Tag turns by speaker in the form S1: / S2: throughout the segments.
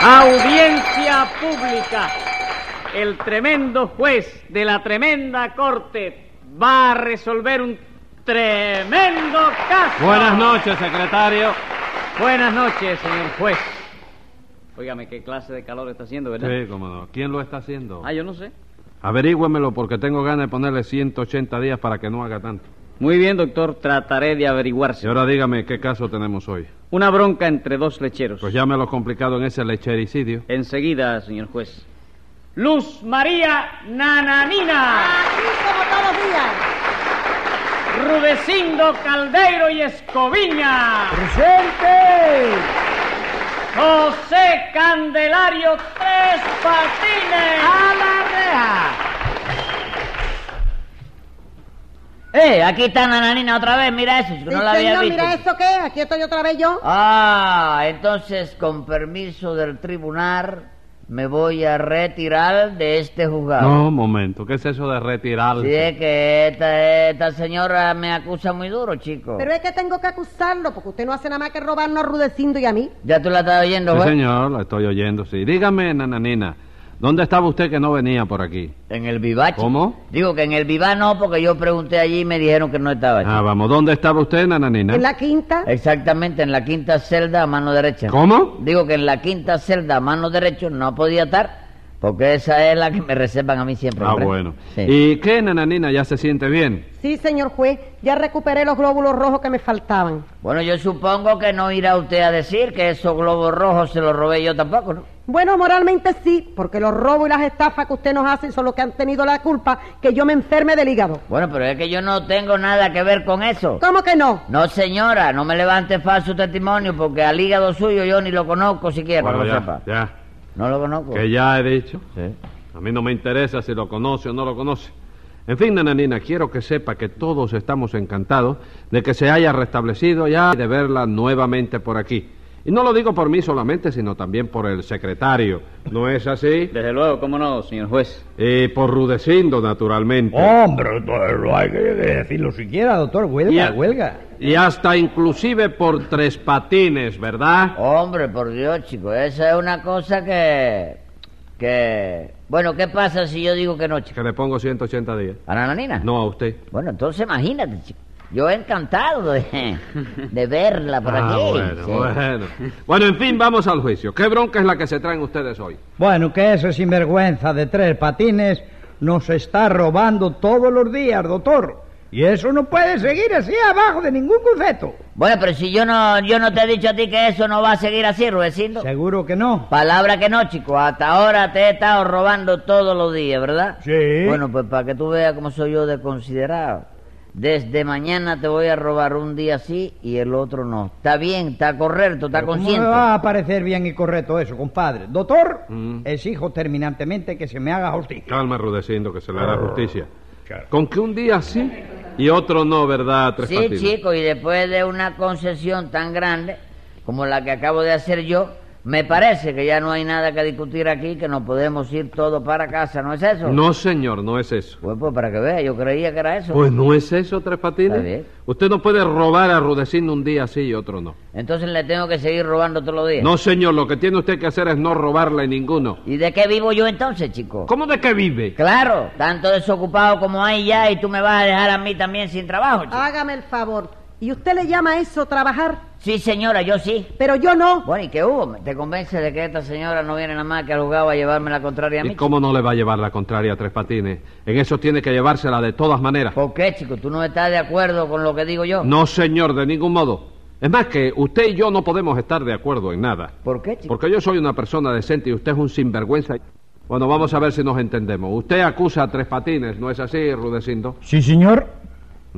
S1: Audiencia pública. El tremendo juez de la tremenda corte va a resolver un tremendo caso.
S2: Buenas noches, secretario.
S1: Buenas noches, señor juez. Óigame, qué clase de calor está haciendo, ¿verdad?
S2: Sí, cómo no. ¿Quién lo está haciendo?
S1: Ah, yo no sé.
S2: Averígüemelo porque tengo ganas de ponerle 180 días para que no haga tanto.
S1: Muy bien, doctor, trataré de averiguarse.
S2: Y ahora dígame qué caso tenemos hoy.
S1: Una bronca entre dos lecheros.
S2: Pues llámelo complicado en ese lechericidio.
S1: Enseguida, señor juez. Luz María Nananina,
S3: Así como todos los días.
S1: Rudecindo Caldeiro y Escoviña,
S4: ¡Presente!
S1: José Candelario Tres Patines.
S4: ¡A la reja! ¡Eh! Aquí está Nananina otra vez. Mira eso, que no la
S3: Sí,
S4: había
S3: señor,
S4: visto.
S3: mira eso qué, aquí estoy otra vez yo.
S4: Ah, entonces, con permiso del tribunal, me voy a retirar de este juzgado.
S2: No, momento. ¿Qué es eso de retirarse?
S4: Sí, es que esta, esta señora me acusa muy duro, chico.
S3: Pero es que tengo que acusarlo, porque usted no hace nada más que robarnos a Rudecindo y a mí.
S4: ¿Ya tú la estás oyendo, pues.
S2: Sí,
S4: juez?
S2: señor, lo estoy oyendo, sí. Dígame, nananina, ¿dónde estaba usted que no venía por aquí?
S4: En el vivache.
S2: ¿Cómo?
S4: Digo que en el vivá no, porque yo pregunté allí y me dijeron que no estaba.
S2: Ah,
S4: chico.
S2: vamos, ¿dónde estaba usted, nananina?
S3: En la quinta.
S4: Eh. Exactamente, en la quinta celda a mano derecha.
S2: Ah. ¿Cómo?
S4: Digo que en la quinta celda a mano derecha no podía estar, porque esa es la que me reservan a mí siempre.
S2: Ah,
S4: ¿comprende?
S2: bueno.
S4: Sí.
S2: ¿Y qué, nananina, ya se siente bien?
S3: Sí, señor juez, ya recuperé los glóbulos rojos que me faltaban.
S4: Bueno, yo supongo que no irá usted a decir que esos globos rojos se los robé yo tampoco, ¿no?
S3: Bueno, moralmente sí, porque los robos y las estafas que usted nos hacen son los que han tenido la culpa que yo me enferme del hígado.
S4: Bueno, pero es que yo no tengo nada que ver con eso.
S3: ¿Cómo que no?
S4: No, señora, no me levante falso testimonio porque al hígado suyo yo ni lo conozco siquiera,
S2: Bueno,
S4: no lo
S2: ya,
S4: sepa.
S2: ya,
S4: No lo conozco.
S2: que ya he dicho.
S4: Sí.
S2: A mí no me interesa si lo conoce o no lo conoce. En fin, nananina, quiero que sepa que todos estamos encantados de que se haya restablecido ya y de verla nuevamente por aquí. Y no lo digo por mí solamente, sino también por el secretario. ¿No es así?
S1: Desde luego, cómo no, señor juez.
S2: Y por Rudecindo, naturalmente.
S4: Oh,
S5: Hombre, no hay que decirlo siquiera, doctor. Huelga,
S2: Ya.
S5: huelga.
S2: Y hasta inclusive por tres patines, ¿verdad?
S4: Hombre, por Dios, chico, esa es una cosa que... que... Bueno, ¿qué pasa si yo digo que no, chico?
S2: Que le pongo 180 días.
S4: ¿A la nanina?
S2: No a usted.
S4: Bueno, entonces imagínate, chico. Yo encantado de, de verla por
S2: Ah,
S4: aquí.
S2: bueno,
S4: sí.
S2: bueno. Bueno, en fin, vamos al juicio. ¿Qué bronca es la que se traen ustedes hoy?
S5: Bueno, que ese sinvergüenza de tres patines nos está robando todos los días, doctor. Y eso no puede seguir así abajo de ningún concepto.
S4: Bueno, pero si yo no, yo no te he dicho a ti que eso no va a seguir así, Rubecindo.
S5: Seguro que no.
S4: Palabra que no, chico. Hasta ahora te he estado robando todos los días, ¿verdad?
S5: Sí.
S4: Bueno, pues para que tú veas cómo soy yo de considerado. Desde mañana te voy a robar un día sí y el otro no. Está bien, está correcto, está
S5: Pero ¿Cómo
S4: consciente.
S5: me va a parecer bien y correcto eso, compadre? Doctor,
S2: Mm.
S5: exijo terminantemente que se me haga justicia.
S2: Calma, Rudecindo, que se le hará justicia. Con que un día sí y otro no, ¿verdad, Tres
S4: Sí,
S2: Patines?
S4: chico, y después de una concesión tan grande como la que acabo de hacer yo, me parece que ya no hay nada que discutir aquí, que nos podemos ir todos para casa, ¿no es eso?
S2: No, señor, no es eso.
S4: Pues, pues, para que vea, yo creía que era eso.
S2: Pues no es eso, Tres
S4: Está bien.
S2: Patines. Usted no puede robar a Rudecindo un día sí y otro no.
S4: Entonces le tengo que seguir robando todos los días.
S2: No, señor, lo que tiene usted que hacer es no robarle ninguno.
S4: ¿Y de qué vivo yo entonces, chico?
S2: ¿Cómo de qué vive?
S4: Claro, tanto desocupado como hay ya y tú me vas a dejar a mí también sin trabajo, chico.
S3: Hágame el favor. ¿Y usted le llama a eso trabajar?
S4: Sí, señora, yo sí.
S3: Pero yo no.
S4: Bueno, ¿y qué hubo? ¿Te convences de que esta señora no viene nada más que al juzgado a llevarme la contraria a mí?
S2: ¿Y cómo no le va a llevar la contraria a Tres Patines? En eso tiene que llevársela de todas maneras.
S4: ¿Por qué, chico? ¿Tú no estás de acuerdo con lo que digo yo?
S2: No, señor, de ningún modo. Es más que usted y yo no podemos estar de acuerdo en nada.
S4: ¿Por qué, chico?
S2: Porque yo soy una persona decente y usted es un sinvergüenza. Bueno, vamos a ver si nos entendemos. Usted acusa a Tres Patines, ¿no es así, Rudecindo?
S5: Sí, señor.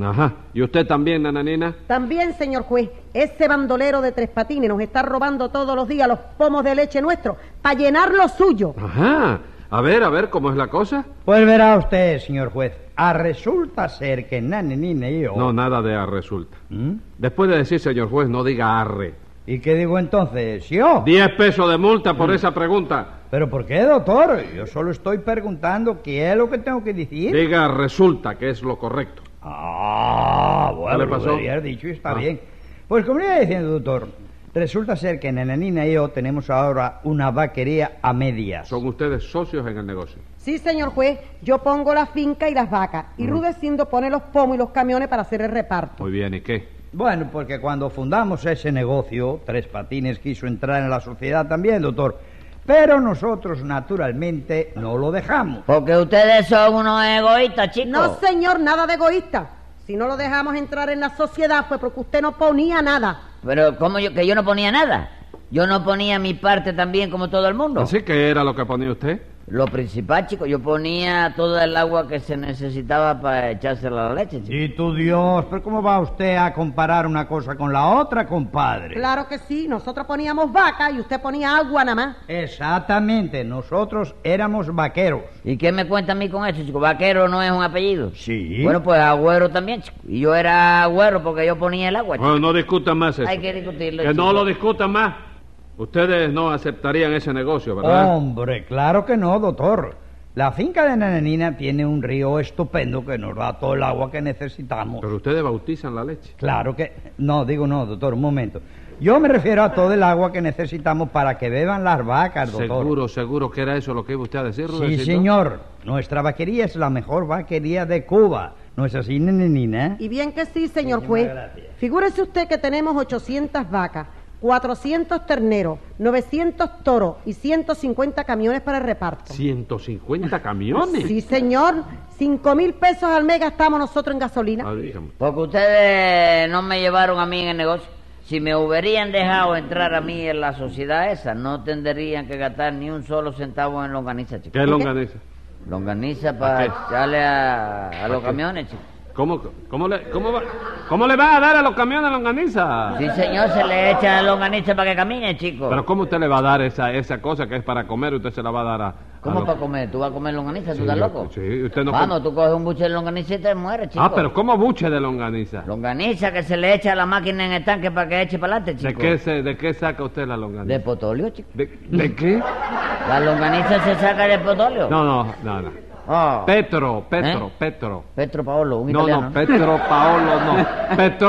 S2: Ajá. ¿Y usted también, Nananina?
S3: También, señor juez, ese bandolero de tres patines nos está robando todos los días los pomos de leche nuestros para llenar lo suyo.
S2: Ajá. A ver, a ver, ¿cómo es la cosa?
S5: Pues verá usted, señor juez. Ah, resulta ser que Nanenina y yo...
S2: No, nada de a resulta.
S5: ¿Mm?
S2: Después de decir, señor juez, no diga arre.
S5: ¿Y qué digo entonces? ¿Sí o?
S2: Diez pesos de multa por esa pregunta.
S5: ¿Pero por qué, doctor? Yo solo estoy preguntando qué es lo que tengo que decir.
S2: Diga resulta, que es lo correcto.
S5: Ah,
S2: ¿Qué
S5: bueno,
S2: le
S5: lo
S2: pasó?
S5: debería haber dicho y está
S2: Ah.
S5: bien. Pues como le iba diciendo, doctor, Resulta ser que Nenanina y yo tenemos ahora una vaquería a medias.
S2: Son ustedes socios en el negocio.
S3: Sí, señor juez, yo pongo la finca y las vacas y Rudecindo pone los pomos y los camiones para hacer el reparto.
S2: Muy bien, ¿y qué?
S5: Bueno, porque cuando fundamos ese negocio, Tres Patines quiso entrar en la sociedad también, doctor. Pero nosotros, naturalmente, no lo dejamos.
S4: Porque ustedes son unos egoístas, chicos.
S3: No, señor, nada de egoísta. Si no lo dejamos entrar en la sociedad fue porque usted no ponía nada.
S4: Pero ¿cómo yo, que yo no ponía nada? Yo no ponía mi parte también como todo el mundo.
S2: Así que era lo que ponía usted.
S4: Lo principal, chicos, yo ponía toda el agua que se necesitaba para echársela a la leche, chico.
S5: Y tu Dios, pero ¿cómo va usted a comparar una cosa con la otra, compadre?
S3: Claro que sí, nosotros poníamos vaca y usted ponía agua nada más.
S5: Exactamente, nosotros éramos vaqueros.
S4: ¿Y qué me cuenta a mí con eso, chico? Vaquero no es un apellido.
S5: Sí.
S4: Bueno, pues agüero también, chico. Y yo era agüero porque yo ponía el agua, chico.
S2: Bueno, no discutan más Ah, eso.
S4: Hay que discutirlo.
S2: Pues Que no
S4: chico.
S2: lo discutan más. Ustedes no aceptarían ese negocio, ¿verdad?
S5: Hombre, claro que no, doctor. La finca de Nananina tiene un río estupendo que nos da todo el agua que necesitamos.
S2: Pero ustedes bautizan la leche.
S5: Claro que... No, digo no, doctor, un momento. Yo me refiero a todo el agua que necesitamos para que beban las vacas, doctor.
S2: Seguro, seguro que era eso lo que iba usted a decir,
S5: Sí,
S2: Rudecindo?
S5: señor. Nuestra vaquería es la mejor vaquería de Cuba. ¿No es así, Nananina?
S3: Y bien que sí, señor
S5: Muchísimas
S3: juez.
S5: gracias.
S3: Figúrese usted que tenemos 800 vacas, 400 terneros, 900 toros y 150 camiones para el reparto.
S2: 150 camiones.
S3: Sí, señor. Cinco mil pesos al mes gastamos nosotros en
S2: Ah,
S3: gasolina.
S2: dígame.
S4: Porque ustedes no me llevaron a mí en el negocio. Si me hubieran dejado entrar a mí en la sociedad esa, no tendrían que gastar ni un solo centavo en longaniza, chico.
S2: ¿Qué longaniza?
S4: Longaniza
S2: ¿Para
S4: para
S2: qué?
S4: echarle a, a los
S2: qué?
S4: camiones, chico.
S2: ¿Cómo, cómo, le, cómo, va, ¿Cómo le va a dar a los camiones longaniza?
S4: Sí, señor, se le echa longaniza para que camine, chico.
S2: Pero ¿cómo usted le va a dar esa, esa cosa que es para comer? Usted se la va a dar a... a
S4: ¿Cómo
S2: los-
S4: para comer? ¿Tú vas a comer longaniza?
S2: Sí,
S4: ¿Tú estás
S2: yo-
S4: loco?
S2: sí, usted no
S4: Vamos,
S2: come-
S4: tú coges un buche de longaniza y te mueres, chico.
S2: Ah, pero ¿cómo buche de longaniza?
S4: Longaniza que se le echa a la máquina en el tanque para que eche para adelante,
S2: ¿De
S4: chico.
S2: qué, se, ¿De qué saca usted la
S4: De
S2: longaniza?
S4: potolio, chico.
S2: ¿De, de qué?
S4: ¿La longaniza se saca de potolio?
S2: No, no, no, no.
S4: Ah.
S2: Petro, Petro,
S4: ¿Eh?
S2: Petro.
S4: Petro Paolo, un
S2: No,
S4: italiano.
S2: no, Petro Paolo no.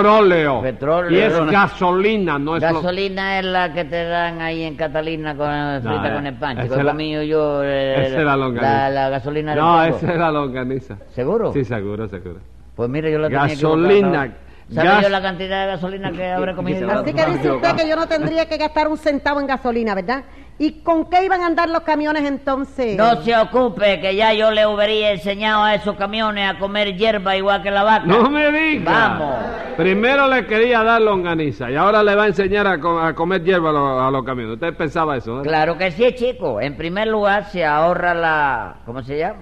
S2: Petróleo.
S4: Petróleo.
S2: Y es gasolina, no es lo-
S4: Gasolina es la que te dan ahí en Catalina con frita
S2: eh,
S4: con el pan,
S2: esa
S4: chico.
S2: es
S4: He
S2: la-
S4: comido yo eh,
S2: Esa es la longaniza.
S4: la, la gasolina del
S2: No,
S4: Congo.
S2: esa es la longaniza.
S4: ¿Seguro?
S2: Sí, seguro, seguro.
S4: Pues mire, yo la tenía
S2: Gasolina,
S4: equivocada. ¿Sabe
S2: gas-
S4: yo la cantidad de gasolina que habré comido? yo?
S3: Así que dice usted que yo no tendría que gastar un centavo en gasolina, ¿verdad? ¿Y con qué iban a andar los camiones entonces?
S4: No se ocupe, que ya yo le hubiera enseñado a esos camiones a comer hierba igual que la vaca.
S2: No me diga.
S4: Vamos.
S2: Primero le quería dar longaniza y ahora le va a enseñar a, co- a comer hierba a lo- a los, camiones. Usted pensaba eso, ¿eh? ¿no?
S4: Claro que sí, chico. En primer lugar, se ahorra la... ¿Cómo se llama?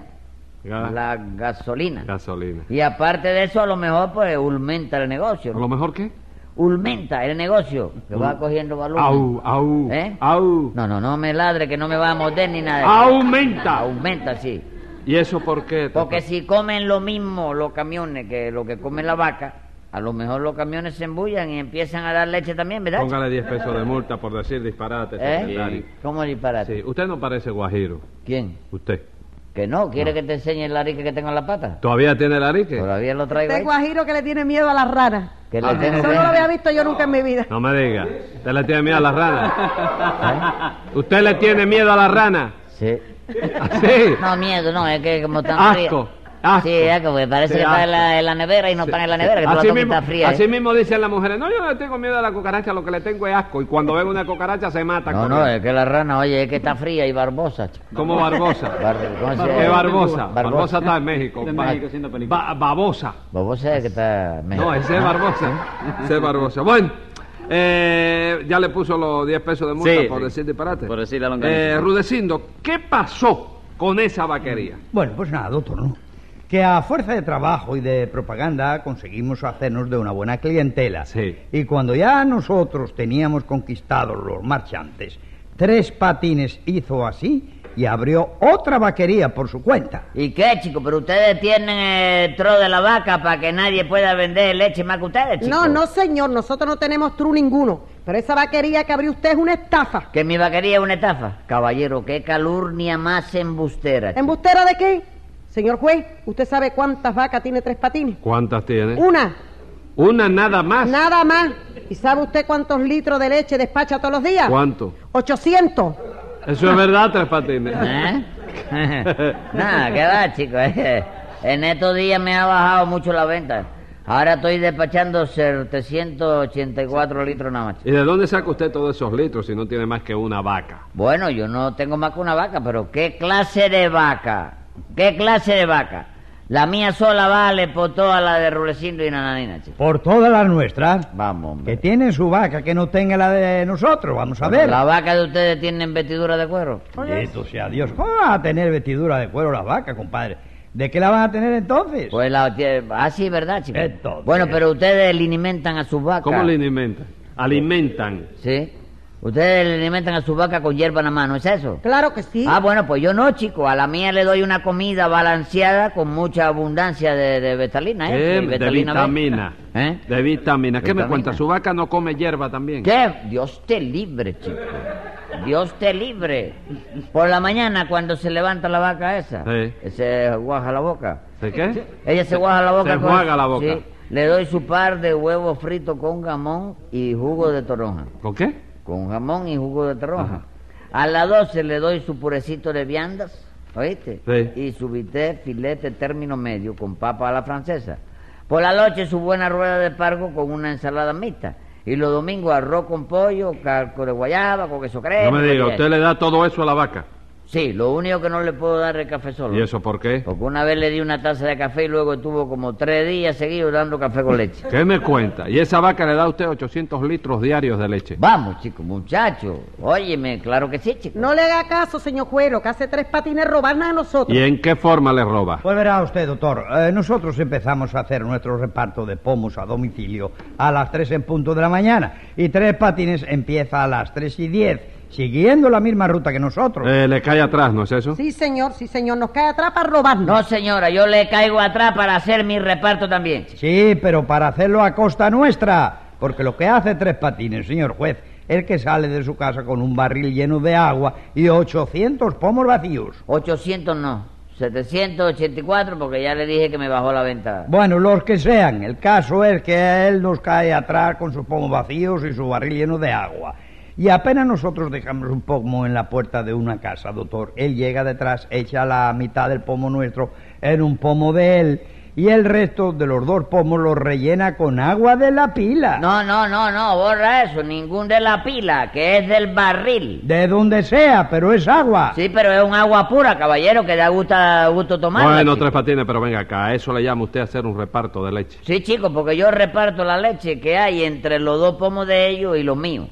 S2: Ga-
S4: La gasolina.
S2: Gasolina.
S4: Y aparte de eso, a lo mejor, pues, aumenta el
S2: ¿A
S4: negocio.
S2: lo mejor qué?
S4: Aumenta el negocio, que va cogiendo valor.
S2: Au, au,
S4: ¿Eh?
S2: au.
S4: No, no, no me ladre, que no me va a morder ni nada. de eso.
S2: Aumenta.
S4: Aumenta, sí.
S2: ¿Y eso por qué?
S4: Porque si comen lo mismo los camiones que lo que come la vaca, a lo mejor los camiones se embullan y empiezan a dar leche también, ¿verdad? chico?
S2: Póngale 10 pesos de multa por decir disparate, secretario.
S4: ¿Eh? ¿Cómo disparate?
S2: Sí, usted no parece guajiro.
S4: ¿Quién?
S2: Usted.
S4: ¿Que no? ¿Quiere que te enseñe el arique que tengo en la pata?
S2: ¿Todavía tiene la arique?
S4: Todavía lo traigo
S3: Este
S4: ahí.
S3: guajiro que le tiene miedo a las ranas.
S4: Que le
S2: Ah,
S4: tengo
S3: Eso
S4: que- ¿Eh?
S3: no lo había visto yo nunca en mi vida.
S2: No me diga. ¿Usted le tiene miedo a las ranas? ¿Usted le tiene miedo a las ranas?
S4: Sí.
S2: Sí.
S4: No, miedo, no, es que como tan
S2: Asco, asco.
S4: Sí, asco, porque parece
S2: Sí,
S4: que está en
S2: asco.
S4: la, en la nevera y no está en la nevera, que tú la
S2: así,
S4: tomas y
S2: mismo,
S4: está fría. ¿eh?
S2: así mismo dicen las mujeres, no, yo no le tengo miedo a la cucaracha, lo que le tengo es asco. Y cuando veo una cucaracha se mata.
S4: No, no, eh.
S2: corriendo.
S4: es que la rana, oye, es que está fría y barbosa. chico.
S2: Como Barbosa.
S4: Bar- ¿cómo se
S2: ¿Qué
S4: llama?
S2: Barbosa? Barbosa
S4: Barbosa.
S2: está en México.
S1: Está en
S2: Ba-
S1: México haciendo películas.
S2: ba- babosa.
S4: Barbosa es que está... mejor. ¿Eh?
S2: No, ese es Barbosa.
S4: Ah.
S2: Ese es Barbosa. Bueno, eh, ya le puso los 10 pesos de multa
S1: Sí,
S2: por
S1: sí.
S2: decir disparate.
S1: Por decir la longaniza.
S2: eh, Rudecindo, ¿qué pasó con esa vaquería?
S5: Bueno, pues nada, doctor, ¿no? Que a fuerza de trabajo y de propaganda conseguimos hacernos de una buena clientela.
S2: Sí.
S5: Y cuando ya nosotros teníamos conquistados los marchantes, Tres Patines hizo así y abrió otra vaquería por su cuenta.
S4: ¿Y qué, chico? Pero ustedes tienen el tro de la vaca para que nadie pueda vender leche más que ustedes, chico.
S3: No, no, señor, nosotros no tenemos true ninguno. Pero esa vaquería que abrió usted es una estafa.
S4: Que mi vaquería es una estafa. Caballero, qué calurnia más embustera. chico.
S3: ¿Embustera de qué? Señor juez, ¿usted sabe cuántas vacas tiene tres patines?
S2: ¿Cuántas tiene?
S3: Una.
S2: Una nada más.
S3: Nada más. ¿Y sabe usted cuántos litros de leche despacha todos los días?
S2: ¿Cuánto?
S3: 800.
S2: Eso es verdad, Tres Patines.
S4: ¿Eh? Nada, qué va, chico. En estos días me ha bajado mucho la venta. Ahora estoy despachando 784 litros nada más.
S2: ¿Y de dónde saca usted todos esos litros si no tiene más que una vaca?
S4: Bueno, yo no tengo más que una vaca, pero ¿qué clase de vaca? ¿Qué clase de vaca? La mía sola vale por toda la de Rulecindo y Nananina, chico.
S5: Por todas las nuestras.
S4: Vamos, hombre.
S5: Que tienen su vaca, que no tenga la de nosotros, vamos a
S4: Bueno,
S5: ver.
S4: ¿La vaca de ustedes tienen vestidura de cuero?
S5: Bendito sea Dios. ¿Cómo van a tener vestidura de cuero las vacas, compadre? ¿De qué la van a tener entonces?
S4: Pues la... tie- Ah, sí, ¿verdad, chico?
S5: Entonces.
S4: Bueno, pero ustedes le alimentan a sus vacas.
S2: ¿Cómo le alimentan? Alimentan.
S4: Sí. Ustedes le alimentan a sus vacas con hierba en la mano, ¿es eso?
S3: Claro que sí.
S4: Ah, bueno, pues yo no, chico. A la mía le doy una comida balanceada con mucha abundancia de, de betalina, ¿eh?
S2: ¿Qué? De
S4: Sí, betalina B.
S2: vitamina.
S4: ¿Eh?
S2: De vitamina. ¿Qué me
S4: Vitamina.
S2: cuenta? ¿Su vaca no come hierba también?
S4: ¿Qué? Dios te libre, chico. Dios te libre. Por la mañana, cuando se levanta la vaca esa,
S2: Sí.
S4: se guaja la boca.
S2: ¿De qué?
S4: Ella se guaja la boca.
S2: Se
S4: con-
S2: enjuaga la boca.
S4: Sí. Le doy su par de huevos fritos con jamón y jugo de toronja.
S2: ¿Con qué?
S4: Con jamón y jugo de toronja.
S2: Ajá.
S4: A las 12 le doy su purecito de viandas, ¿oíste?
S2: Sí.
S4: Y su bité filete término medio con papa a la francesa. Por la noche su buena rueda de pargo con una ensalada mixta. Y los domingos arroz con pollo, calco de guayaba, con queso crema.
S2: No me diga,
S4: con
S2: usted le da todo eso a la vaca.
S4: Sí, lo único que no le puedo dar es café solo.
S2: ¿Y eso por qué?
S4: Porque una vez le di una taza de café y luego estuvo como tres días seguidos dando café con leche.
S2: ¿Qué me cuenta? Y esa vaca le da a usted 800 litros diarios de leche.
S4: Vamos, chico, muchacho. Óyeme, claro que sí, chico.
S3: No le haga caso, señor juez, lo que hace tres patines es robarnos a nosotros.
S2: ¿Y en qué forma le roba?
S5: Pues verá usted, doctor, eh, nosotros empezamos a hacer nuestro reparto de pomos a domicilio a las 3 en punto de la mañana y Tres Patines empieza a las 3 y 10, siguiendo la misma ruta que nosotros.
S2: Eh, le cae atrás, ¿no es eso?
S3: Sí, señor, sí, señor, nos cae atrás para robarnos.
S4: No, señora, yo le caigo atrás para hacer mi reparto también.
S5: Sí, pero para hacerlo a costa nuestra, porque lo que hace Tres Patines, señor juez, es que sale de su casa con un barril lleno de agua y 800 pomos vacíos.
S4: 800 no, 784 porque ya le dije que me bajó la venta.
S5: Bueno, los que sean, el caso es que él nos cae atrás con sus pomos vacíos y su barril lleno de agua. Y apenas nosotros dejamos un pomo en la puerta de una casa, doctor, él llega detrás, echa la mitad del pomo nuestro en un pomo de él y el resto de los dos pomos lo rellena con agua de la pila.
S4: No, no, no, no, borra eso, ningún de la pila, que es del barril.
S5: De donde sea, pero es agua.
S4: Sí, pero es un agua pura, caballero, que da gusto, gusto tomarla.
S2: Bueno,
S4: chico.
S2: Tres Patines, pero venga acá. A eso le llama usted hacer un reparto de leche.
S4: Sí, chico, porque yo reparto la leche que hay entre los dos pomos de ellos y los míos.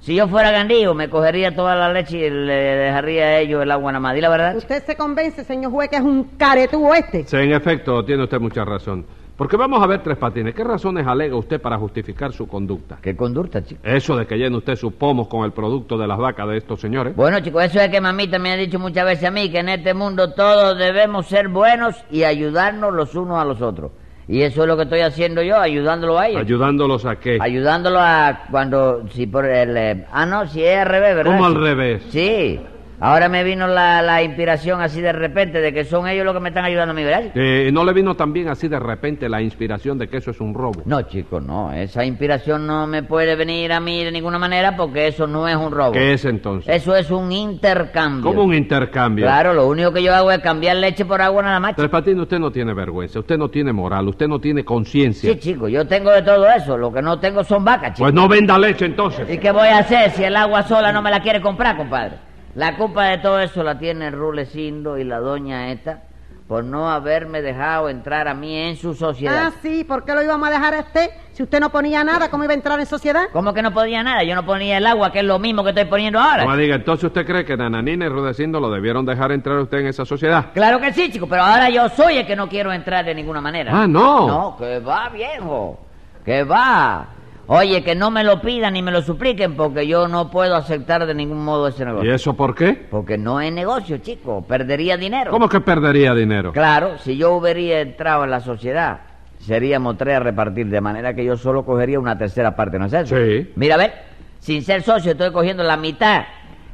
S4: Si yo fuera gandillo, me cogería toda la leche y le dejaría a ellos el agua nada más. Di la verdad.
S3: Usted se convence, señor juez, que es un caretú este.
S2: Sí, en efecto, tiene usted mucha razón. Porque vamos a ver, Tres Patines, ¿qué razones alega usted para justificar su conducta?
S4: Qué conducta, chico.
S2: Eso de que llene usted sus pomos con el producto de las vacas de estos señores.
S4: Bueno, chicos, eso es que mamita me ha dicho muchas veces a mí que en este mundo todos debemos ser buenos y ayudarnos los unos a los otros. Y eso es lo que estoy haciendo yo, ayudándolo a ellos.
S2: Ayudándolos a qué.
S4: Ayudándolo a cuando, si por el... eh, ah, no, si es al revés, ¿verdad?
S2: ¿Cómo al
S4: Sí.
S2: revés?
S4: Sí. Ahora me vino la, la inspiración así de repente de que son ellos los que me están ayudando a mí, ¿verdad?
S2: Eh, ¿No le vino también así de repente la inspiración de que eso es un robo?
S4: No, chicos, no. Esa inspiración no me puede venir a mí de ninguna manera porque eso no es un robo.
S2: ¿Qué es entonces?
S4: Eso es un intercambio.
S2: Como un intercambio.
S4: Claro, lo único que yo hago es cambiar leche por agua nada más.
S2: Tres Patines, usted no tiene vergüenza, usted no tiene moral, usted no tiene conciencia.
S4: Sí, chico, yo tengo de todo eso. Lo que no tengo son vacas, chico.
S2: pues no venda leche entonces.
S4: ¿Y qué voy a hacer si el agua sola no me la quiere comprar, compadre? La culpa de todo eso la tiene Rulecindo y la doña esta por no haberme dejado entrar a mí en su sociedad.
S3: Ah, sí, ¿por qué lo íbamos a dejar a usted? Si usted no ponía nada, ¿cómo iba a entrar en sociedad?
S4: ¿Cómo que no podía nada? Yo no ponía el agua, que es lo mismo que estoy poniendo ahora.
S2: Como diga, entonces usted cree que Nananina y Rudecindo lo debieron dejar entrar a usted en esa sociedad.
S4: Claro que sí, chico, pero ahora yo soy el que no quiero entrar de ninguna manera.
S2: Ah, no.
S4: No, que va, viejo. Que va. Oye, que no me lo pidan ni me lo supliquen porque yo no puedo aceptar de ningún modo ese
S2: ¿Y
S4: negocio.
S2: eso por qué?
S4: Porque no es negocio, chico. Perdería dinero.
S2: ¿Cómo que perdería dinero?
S4: Claro, si yo hubiera entrado en la sociedad, seríamos tres a repartir, de manera que yo solo cogería una tercera parte, ¿no es eso?
S2: Sí.
S4: Mira, a ver, sin ser socio estoy cogiendo la mitad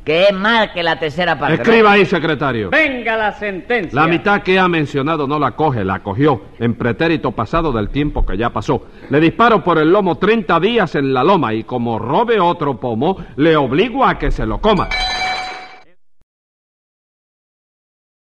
S4: que es más que la tercera parte. ¿no?
S2: Escriba ahí, secretario.
S1: Venga la sentencia.
S2: La mitad que ha mencionado no la coge, la cogió en pretérito pasado del tiempo que ya pasó. Le disparo por el lomo 30 días en la loma y como robe otro pomo, le obligo a que se lo coma.